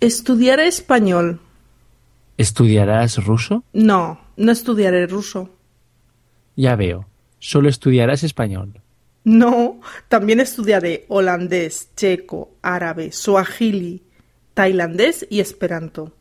Estudiaré español. ¿Estudiarás ruso? No, no estudiaré ruso. Ya veo. Solo estudiarás español. No, también estudiaré holandés, checo, árabe, suajili, tailandés y esperanto.